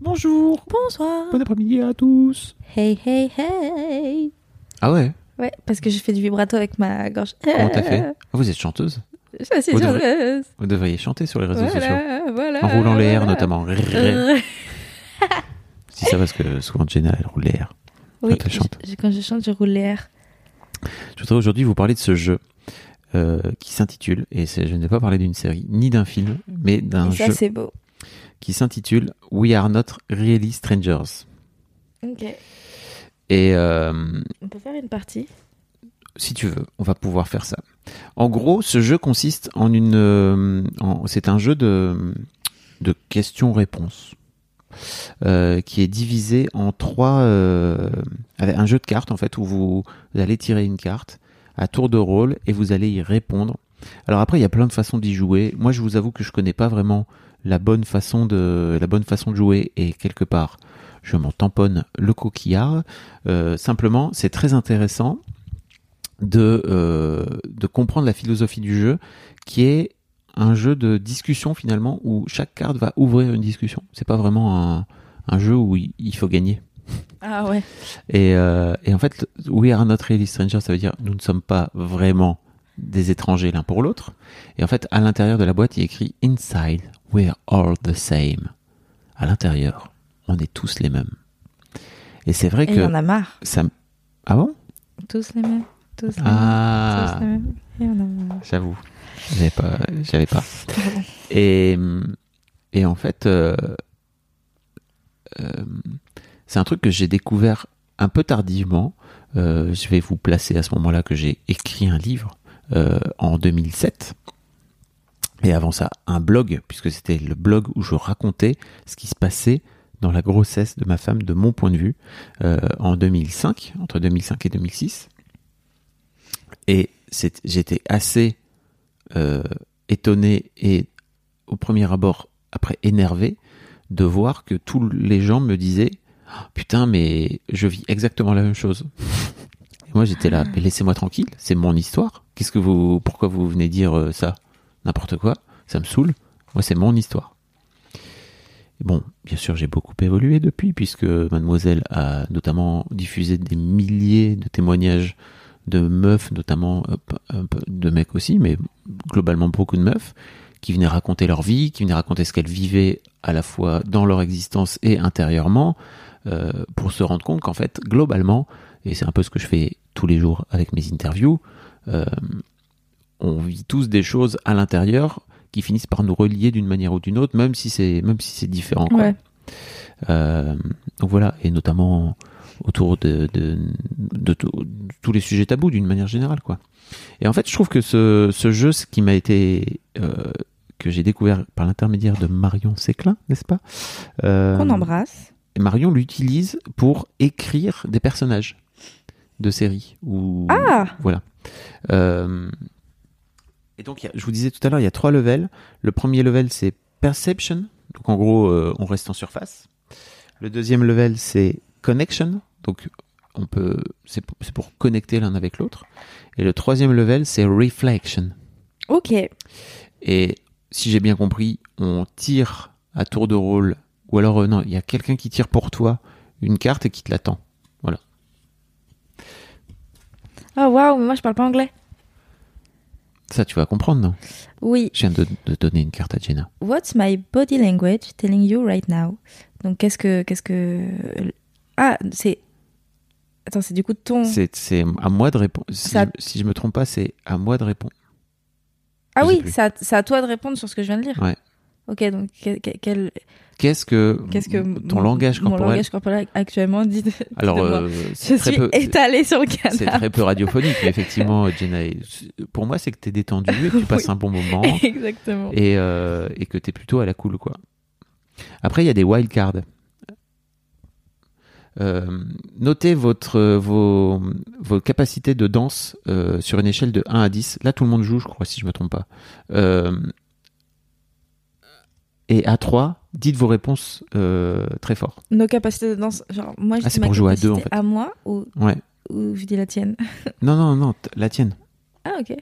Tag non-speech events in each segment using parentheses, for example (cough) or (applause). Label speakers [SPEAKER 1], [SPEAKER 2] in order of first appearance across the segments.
[SPEAKER 1] Bonjour,
[SPEAKER 2] Bonsoir.
[SPEAKER 1] bon après-midi à tous.
[SPEAKER 2] Hey, hey, hey.
[SPEAKER 1] Ah ouais,
[SPEAKER 2] Ouais, parce que je fais du vibrato avec ma gorge.
[SPEAKER 1] comment t'as fait Vous êtes chanteuse
[SPEAKER 2] (laughs) Je suis assez
[SPEAKER 1] Vous devrez-
[SPEAKER 2] chanceuse.
[SPEAKER 1] Vous devriez chanter sur les réseaux sociaux,
[SPEAKER 2] Voilà, voilà.
[SPEAKER 1] en roulant les airs
[SPEAKER 2] voilà.
[SPEAKER 1] notamment.
[SPEAKER 2] Euh,
[SPEAKER 1] Si ça parce que souvent Jenna elle roule les airs.
[SPEAKER 2] Oui,
[SPEAKER 1] Quand elle chante.
[SPEAKER 2] je- je- quand je chante, je roule les airs.
[SPEAKER 1] Je voudrais aujourd'hui vous parler de ce jeu euh, qui s'intitule, et c'est- je n'ai pas parlé d'une série ni d'un film, mais d'un
[SPEAKER 2] Et ça,
[SPEAKER 1] jeu
[SPEAKER 2] c'est beau.
[SPEAKER 1] qui s'intitule We Are Not Really Strangers.
[SPEAKER 2] Ok,
[SPEAKER 1] Et euh,
[SPEAKER 2] on peut faire une partie.
[SPEAKER 1] si tu veux, on va pouvoir faire ça. En gros, ce jeu consiste en une. euh, en- c'est un jeu de, de questions-réponses euh, qui est divisé en trois. euh, avec un jeu de cartes en fait où vous, vous allez tirer une carte à tour de rôle et vous allez y répondre. Alors après, il y a plein de façons d'y jouer. Moi, je vous avoue que je connais pas vraiment la bonne façon de la bonne façon de jouer et quelque part. Je m'en tamponne le coquillard. Euh, simplement, c'est très intéressant de, euh, de comprendre la philosophie du jeu, qui est un jeu de discussion finalement, où chaque carte va ouvrir une discussion. C'est pas vraiment un, un jeu où il il faut gagner.
[SPEAKER 2] Ah ouais.
[SPEAKER 1] Et, euh, et en fait, we are not really strangers, ça veut dire nous ne sommes pas vraiment des étrangers l'un pour l'autre. Et en fait, à l'intérieur de la boîte, il y a écrit Inside, we are all the same. À l'intérieur, on est tous les mêmes. Et c'est vrai
[SPEAKER 2] Et il y
[SPEAKER 1] que
[SPEAKER 2] en a marre.
[SPEAKER 1] ça. m- Ah bon
[SPEAKER 2] Tous les mêmes. Tous les mêmes.
[SPEAKER 1] Ah
[SPEAKER 2] Tous les mêmes. Et il y en a marre.
[SPEAKER 1] J'avoue. J'avais pas. J'avais pas. Et, et en fait, euh, euh, c'est un truc que j'ai découvert un peu tardivement. Euh, je vais vous placer à ce moment-là que j'ai écrit un livre euh, en 2007. Et avant ça, un blog, puisque c'était le blog où je racontais ce qui se passait dans la grossesse de ma femme, de mon point de vue, euh, en 2005, entre 2005 et 2006. Et c'est- j'étais assez euh, étonné et au premier abord, après énervé, de voir que tous les gens me disaient Ah, Putain, mais je vis exactement la même chose. Et moi, j'étais là, mais laissez-moi tranquille, c'est mon histoire. Qu'est-ce que vous, pourquoi vous venez dire euh, ça N'importe quoi, ça me saoule. Moi, c'est mon histoire. Bon, bien sûr, j'ai beaucoup évolué depuis, puisque Mademoiselle a notamment diffusé des milliers de témoignages de meufs, notamment euh, p- un peu de mecs aussi, mais globalement beaucoup de meufs qui venaient raconter leur vie, qui venaient raconter ce qu'elles vivaient à la fois dans leur existence et intérieurement, euh, pour se rendre compte qu'en fait, globalement, et c'est un peu ce que je fais tous les jours avec mes interviews, euh, on vit tous des choses à l'intérieur qui finissent par nous relier d'une manière ou d'une autre, même si c'est même si c'est différent. quoi.
[SPEAKER 2] Ouais.
[SPEAKER 1] Euh, donc voilà, et notamment autour de, de, de tout- de tous les sujets tabous d'une manière générale, quoi. Et en fait, je trouve que ce, ce jeu, ce qui m'a été euh, que j'ai découvert par l'intermédiaire de Marion Séclin, n'est-ce pas euh,
[SPEAKER 2] Qu'on embrasse.
[SPEAKER 1] Marion l'utilise pour écrire des personnages. de séries. Ou,
[SPEAKER 3] Ah
[SPEAKER 1] Voilà. Euh, et donc, il y a- je vous disais tout à l'heure, il y a trois levels. Le premier level, c'est Perception. Donc, en gros, euh, on reste en surface. Le deuxième level, c'est Connection. Donc, on peut, c'est pour, c'est pour connecter l'un avec l'autre. Et le troisième level, c'est Reflection.
[SPEAKER 3] Ok.
[SPEAKER 1] Et si j'ai bien compris, on tire à tour de rôle, ou alors euh, non, il y a quelqu'un qui tire pour toi une carte et qui te l'attend.
[SPEAKER 2] Oh,
[SPEAKER 3] Ah waouh, mais moi je parle pas anglais.
[SPEAKER 1] Ça, tu vas comprendre, non
[SPEAKER 3] Oui.
[SPEAKER 1] Je viens de, de donner une carte à Jenna.
[SPEAKER 3] What's my body language telling you right now? Donc qu'est-ce que qu'est-ce que ah c'est attends c'est du coup ton
[SPEAKER 1] C'est c'est à moi de répondre. Si,
[SPEAKER 3] Mm. Ça-
[SPEAKER 1] je- si je me trompe pas, c'est à moi de répondre.
[SPEAKER 3] ah
[SPEAKER 1] je sais
[SPEAKER 3] oui
[SPEAKER 1] plus.
[SPEAKER 3] c'est à, c'est à toi de répondre sur ce que je viens de lire.
[SPEAKER 1] Ouais.
[SPEAKER 3] Ok donc que- que- quel
[SPEAKER 1] Qu'est-ce que,
[SPEAKER 3] qu'est-ce que
[SPEAKER 1] m- ton
[SPEAKER 3] mon-
[SPEAKER 1] langage
[SPEAKER 3] mon
[SPEAKER 1] corporel
[SPEAKER 3] langage corporel actuellement dit de-
[SPEAKER 1] Alors,
[SPEAKER 3] de moi
[SPEAKER 1] euh,
[SPEAKER 3] Je
[SPEAKER 1] c'est très
[SPEAKER 3] suis
[SPEAKER 1] peu.
[SPEAKER 3] étalée sur le canapé. (laughs)
[SPEAKER 1] C'est très peu radiophonique, mais effectivement, Jenna, est- pour moi, c'est que t'es détendu,
[SPEAKER 3] (laughs)
[SPEAKER 1] que tu passes un bon moment.
[SPEAKER 3] Exactement.
[SPEAKER 1] et, euh, et que t'es plutôt à la cool quoi. Après il y a des wildcards. Euh, notez votre, euh, vos, vos capacités de danse euh, sur une échelle de 1 à 10. Là, tout le monde joue, je crois, si je me trompe pas. Euh, et à 3, dites vos réponses euh, très fort.
[SPEAKER 3] Nos capacités de danse, genre moi je
[SPEAKER 1] Ah,
[SPEAKER 3] dis
[SPEAKER 1] c'est
[SPEAKER 3] ma
[SPEAKER 1] pour jouer à deux, en
[SPEAKER 3] capacité
[SPEAKER 1] fait.
[SPEAKER 3] À moi ou,
[SPEAKER 1] Ouais.
[SPEAKER 3] ou je dis la tienne.
[SPEAKER 1] Non, non, non, t- la tienne.
[SPEAKER 3] Ah ok.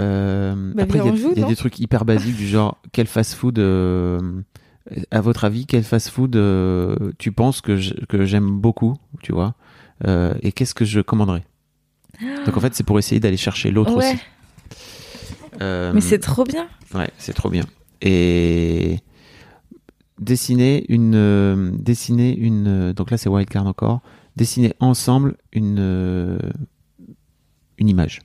[SPEAKER 1] Euh,
[SPEAKER 3] Bah,
[SPEAKER 1] après, il y a,
[SPEAKER 3] viens, on joue,
[SPEAKER 1] il y a
[SPEAKER 3] non
[SPEAKER 1] des trucs hyper basiques du genre
[SPEAKER 3] (laughs)
[SPEAKER 1] quel fast-food, euh, à votre avis, quel fast-food euh, tu penses que je- que j'aime beaucoup, tu vois euh, Et qu'est-ce que je commanderais Donc en fait, c'est pour essayer d'aller chercher l'autre
[SPEAKER 3] Ouais.
[SPEAKER 1] aussi. Euh,
[SPEAKER 3] Mais c'est trop bien.
[SPEAKER 1] ouais, c'est trop bien. Et dessiner une, euh, dessiner une, euh, donc là c'est wildcard encore, dessiner ensemble une, euh, une image.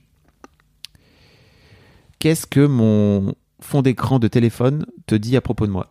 [SPEAKER 1] Qu'est-ce que mon fond d'écran de téléphone te dit à propos de moi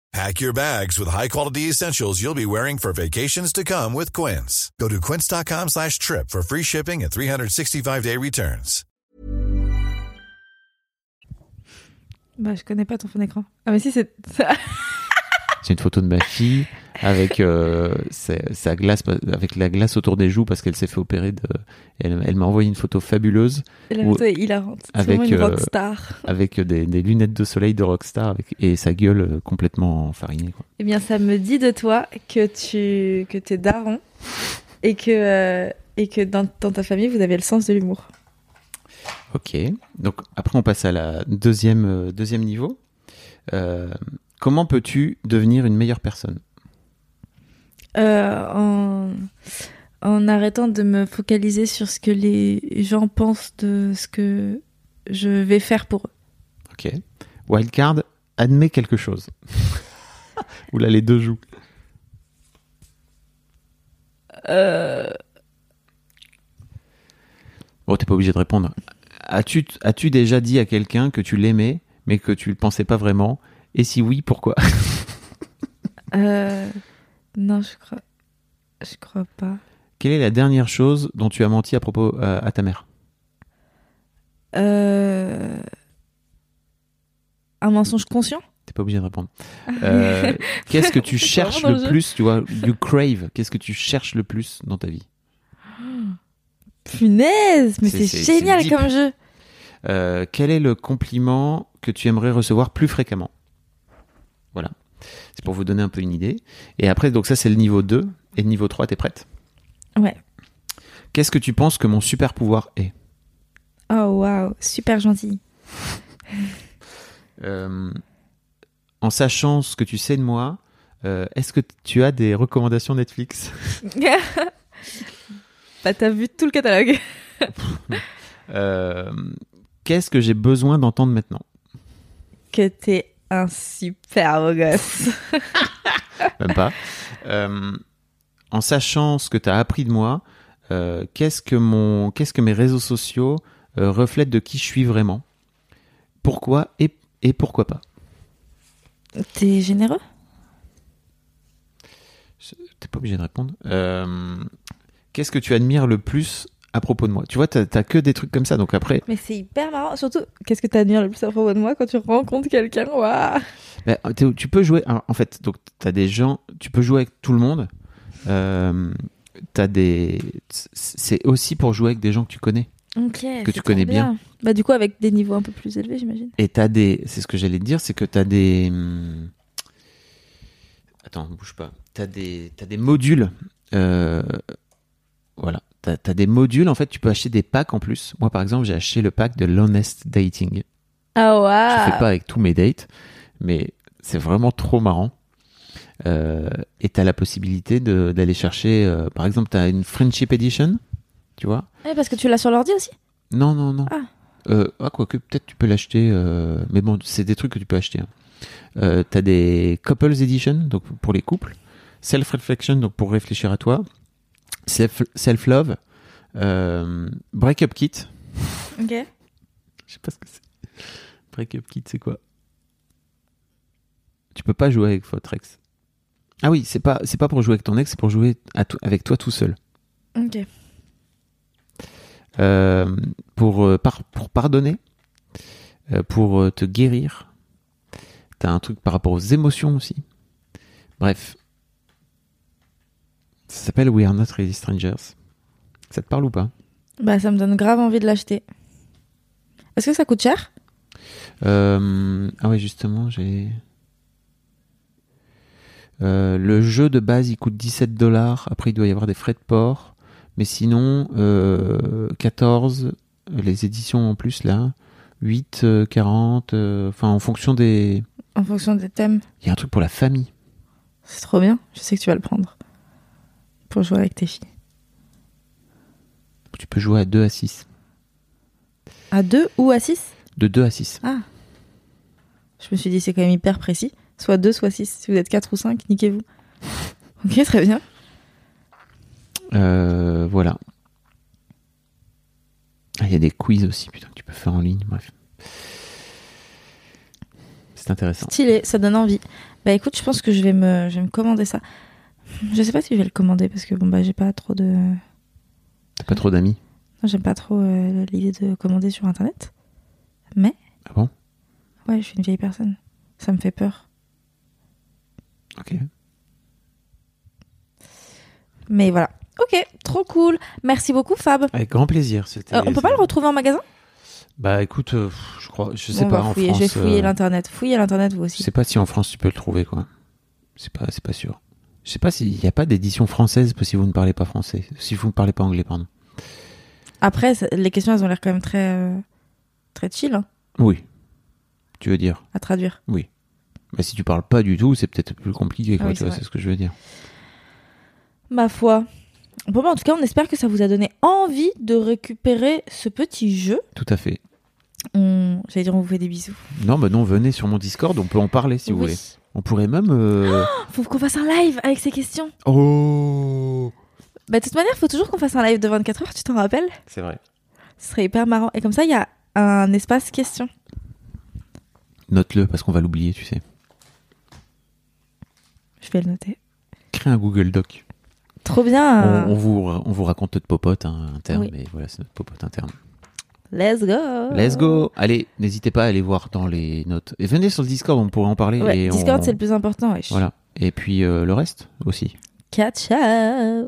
[SPEAKER 4] Pack your bags with high-quality essentials you'll be wearing for vacations to come with Quince. Go to quince.com slash trip for free shipping and 365-day returns.
[SPEAKER 3] Bah je connais pas ton fond d'écran. Ah mais si c'est
[SPEAKER 1] C'est une photo de ma fille avec euh, sa, sa glace, avec la glace autour des joues parce qu'elle s'est fait opérer. De, elle- elle m'a envoyé une photo fabuleuse
[SPEAKER 3] la
[SPEAKER 1] Ou-
[SPEAKER 3] photo est hilarante. C'est
[SPEAKER 1] Avec,
[SPEAKER 3] vraiment une
[SPEAKER 1] euh,
[SPEAKER 3] rockstar.
[SPEAKER 1] avec des, des lunettes de soleil de rockstar avec, et sa gueule euh, complètement enfarinée. Quoi.
[SPEAKER 3] Eh bien ça me dit de toi que tu que t'es daron et que euh, et que dans, dans ta famille vous avez le sens de l'humour.
[SPEAKER 1] Ok. Donc après, on passe à la deuxième, euh, deuxième niveau. Euh, comment peux-tu devenir une meilleure personne
[SPEAKER 3] Euh, en en arrêtant de me focaliser sur ce que les gens pensent de ce que je vais faire pour eux.
[SPEAKER 1] Ok. Wildcard, admets quelque (laughs) chose. Oula, les deux joues. Euh. Bon, Oh, t'es pas obligé de répondre. As-tu as-tu déjà dit à quelqu'un que tu l'aimais, mais que tu le pensais pas vraiment Et si oui, pourquoi
[SPEAKER 3] Euh, non, je crois. Je crois pas.
[SPEAKER 1] Quelle est la dernière chose dont tu as menti à propos euh, à ta mère
[SPEAKER 3] Euh, Un mensonge conscient
[SPEAKER 1] T'es pas obligé de
[SPEAKER 3] (laughs)
[SPEAKER 1] répondre. Euh, Qu'est-ce que tu
[SPEAKER 3] C'est
[SPEAKER 1] cherches
[SPEAKER 3] vraiment dans
[SPEAKER 1] le
[SPEAKER 3] le jeu.
[SPEAKER 1] plus Tu vois, you crave. Qu'est-ce que tu cherches le plus dans ta vie
[SPEAKER 3] Punaise Mais
[SPEAKER 1] C'est-
[SPEAKER 3] c'est
[SPEAKER 1] c'est-
[SPEAKER 3] génial
[SPEAKER 1] c'est deep.
[SPEAKER 3] comme jeu
[SPEAKER 1] Euh, Quel est le compliment que tu aimerais recevoir plus fréquemment Voilà. C'est pour vous donner un peu une idée. Et après, donc ça, c'est le niveau 2. Et le niveau 3, t'es prête
[SPEAKER 3] Ouais.
[SPEAKER 1] Qu'est-ce que tu penses que mon super pouvoir est
[SPEAKER 3] Oh waouh, super gentil.
[SPEAKER 1] Euh, En sachant ce que tu sais de moi, euh, est-ce que t- tu as des recommandations Netflix
[SPEAKER 3] (laughs) bah t'as vu tout le catalogue.
[SPEAKER 1] Euh, Qu'est-ce que j'ai besoin d'entendre maintenant
[SPEAKER 3] Que t'es un super beau gosse.
[SPEAKER 1] Même pas. Euh, en sachant ce que tu as appris de moi, euh, qu'est-ce que mon, qu'est-ce que mes réseaux sociaux euh, reflètent de qui je suis vraiment Pourquoi et, et pourquoi pas
[SPEAKER 3] T'es généreux
[SPEAKER 1] Je- T'es pas obligé de répondre. Euh, qu'est-ce que tu admires le plus à propos de moi Tu vois, t'as t'as que des trucs comme ça. Donc après,
[SPEAKER 3] Mais c'est hyper marrant. Surtout, qu'est-ce que t'admires le plus à propos de moi quand tu rencontres quelqu'un Waouh
[SPEAKER 1] Ben, t'es- tu peux jouer. alors, en fait, donc t'as des gens, tu peux jouer avec tout le monde. Euh, t'as des. C'est aussi pour jouer avec des gens que tu connais.
[SPEAKER 3] Ok.
[SPEAKER 1] tu
[SPEAKER 3] c'est trop
[SPEAKER 1] connais bien.
[SPEAKER 3] Bah du coup avec des niveaux un peu plus élevés j'imagine.
[SPEAKER 1] Et t'as des. C'est ce que j'allais te dire, c'est que t'as des. hum, Attends, bouge pas. T'as des. T'as des modules. Euh, Voilà. T'as t'as des modules. En fait, tu peux acheter des packs en plus. Moi, par exemple, j'ai acheté le pack de l'honest dating.
[SPEAKER 3] Ah
[SPEAKER 1] Je
[SPEAKER 3] waouh.
[SPEAKER 1] fais pas avec tous mes dates, mais c'est vraiment trop marrant. Euh, et t'as la possibilité de- d'aller chercher, euh, par exemple, t'as une Friendship Edition, tu vois
[SPEAKER 3] Ouais, parce que tu l'as sur l'ordi aussi.
[SPEAKER 1] Non, non, non.
[SPEAKER 3] Ah.
[SPEAKER 1] Euh, ah, quoique, peut-être tu peux l'acheter, euh, mais bon, c'est des trucs que tu peux acheter. hein. Euh, t'as des Couples Edition, donc pour les couples, Self-Reflection, donc pour réfléchir à toi, Self- Self-Love, euh, Breakup Kit,
[SPEAKER 3] Ok.
[SPEAKER 1] je sais pas ce que c'est. Breakup Kit, c'est quoi Tu peux pas jouer avec votre ex. Ah oui, c'est pas c'est pas pour jouer avec ton ex, c'est pour jouer à to- avec toi tout seul.
[SPEAKER 3] Ok.
[SPEAKER 1] Euh, pour euh, par- pour pardonner, euh, pour euh, te guérir. T'as un truc par rapport aux émotions aussi. Bref, ça s'appelle We Are Not Really Strangers. Ça te parle ou pas
[SPEAKER 3] Bah ça me donne grave envie de l'acheter. Est-ce que ça coûte cher
[SPEAKER 1] Euh, ah ouais, justement, j'ai. Euh, le jeu de base il coûte 17 dollars, après il doit y avoir des frais de port, mais sinon euh, 14, les éditions en plus là, 8, euh, 40, euh, enfin en fonction des.
[SPEAKER 3] En fonction des thèmes.
[SPEAKER 1] Il y a un truc pour la famille.
[SPEAKER 3] C'est trop bien. Je sais que tu vas le prendre. Pour jouer avec tes filles.
[SPEAKER 1] Tu peux jouer à 2 à 6.
[SPEAKER 3] À 2 ou à 6
[SPEAKER 1] De 2 à 6.
[SPEAKER 3] Ah. Je me suis dit, c'est quand même hyper précis. Soit 2, soit 6. Si vous êtes 4 ou 5, niquez-vous. (laughs) ok, très bien.
[SPEAKER 1] Euh, voilà. Ah, il y a des quiz aussi, putain, que tu peux faire en ligne, bref. C'est intéressant.
[SPEAKER 3] Stylé, ça donne envie. Bah écoute, je pense que je vais me, je vais me commander ça. Je sais pas si je vais le commander parce que bon, bah j'ai pas trop de. Non,
[SPEAKER 1] T'as pas trop d'amis
[SPEAKER 3] j'aime pas trop euh, l'idée de commander sur internet. Mais,
[SPEAKER 1] Ah bon
[SPEAKER 3] ouais, je suis une vieille personne. Ça me fait peur.
[SPEAKER 1] Ok.
[SPEAKER 3] Mais voilà. Ok, trop cool. Merci beaucoup, Fab.
[SPEAKER 1] Avec grand plaisir. C'était.
[SPEAKER 3] Euh, on peut pas le retrouver en magasin
[SPEAKER 1] Bah écoute, euh, pff, je crois, je sais
[SPEAKER 3] Bon, on
[SPEAKER 1] pas
[SPEAKER 3] va
[SPEAKER 1] en
[SPEAKER 3] fouiller,
[SPEAKER 1] France.
[SPEAKER 3] Je vais fouiller
[SPEAKER 1] euh,
[SPEAKER 3] l'internet. Fouillez l'internet vous
[SPEAKER 1] je
[SPEAKER 3] aussi.
[SPEAKER 1] sais pas si en France tu peux le trouver quoi. C'est pas, c'est pas sûr. Je sais pas s'il n'y a pas d'édition française si vous ne parlez pas français, si vous ne parlez pas anglais, pardon.
[SPEAKER 3] Après, ça- les questions, elles ont l'air quand même très, euh, très chill hein,
[SPEAKER 1] Oui. Tu veux dire.
[SPEAKER 3] à traduire.
[SPEAKER 1] Mais si tu parles pas du tout, c'est peut-être plus compliqué. Quoi,
[SPEAKER 3] Ah oui,
[SPEAKER 1] tu
[SPEAKER 3] c'est
[SPEAKER 1] vois,
[SPEAKER 3] vrai.
[SPEAKER 1] c'est ce que je veux dire.
[SPEAKER 3] Ma foi. Bon, bah, en tout cas, on espère que ça vous a donné envie de récupérer ce petit jeu.
[SPEAKER 1] Tout à fait.
[SPEAKER 3] On... J'allais dire, on vous fait des bisous.
[SPEAKER 1] Non, mais non, venez sur mon Discord, on peut en parler si vous
[SPEAKER 3] Oui. Ah
[SPEAKER 1] voulez. On pourrait même. euh,
[SPEAKER 3] Faut qu'on fasse un live avec ces questions.
[SPEAKER 1] Oh.
[SPEAKER 3] Bah, de toute manière, faut toujours qu'on fasse un live de 24 heures, tu t'en rappelles
[SPEAKER 1] C'est vrai.
[SPEAKER 3] Ce serait hyper marrant. Et comme ça, il y a un espace questions.
[SPEAKER 1] Note-le parce qu'on va l'oublier, tu sais.
[SPEAKER 3] Je vais le noter.
[SPEAKER 1] Crée un Google Doc.
[SPEAKER 3] Trop bien.
[SPEAKER 1] On, on vous, on vous raconte notre popote hein, interne,
[SPEAKER 3] Euh. Oui. Oh.
[SPEAKER 1] mais voilà, c'est notre popote interne.
[SPEAKER 3] Let's go.
[SPEAKER 1] Let's go Allez, n'hésitez pas à aller voir dans les notes. Et venez sur le Discord, on pourrait en parler.
[SPEAKER 3] Ouais,
[SPEAKER 1] et on-
[SPEAKER 3] Discord, c'est le plus important. wesh.
[SPEAKER 1] Voilà. Et puis euh, le reste aussi.
[SPEAKER 3] Catch up.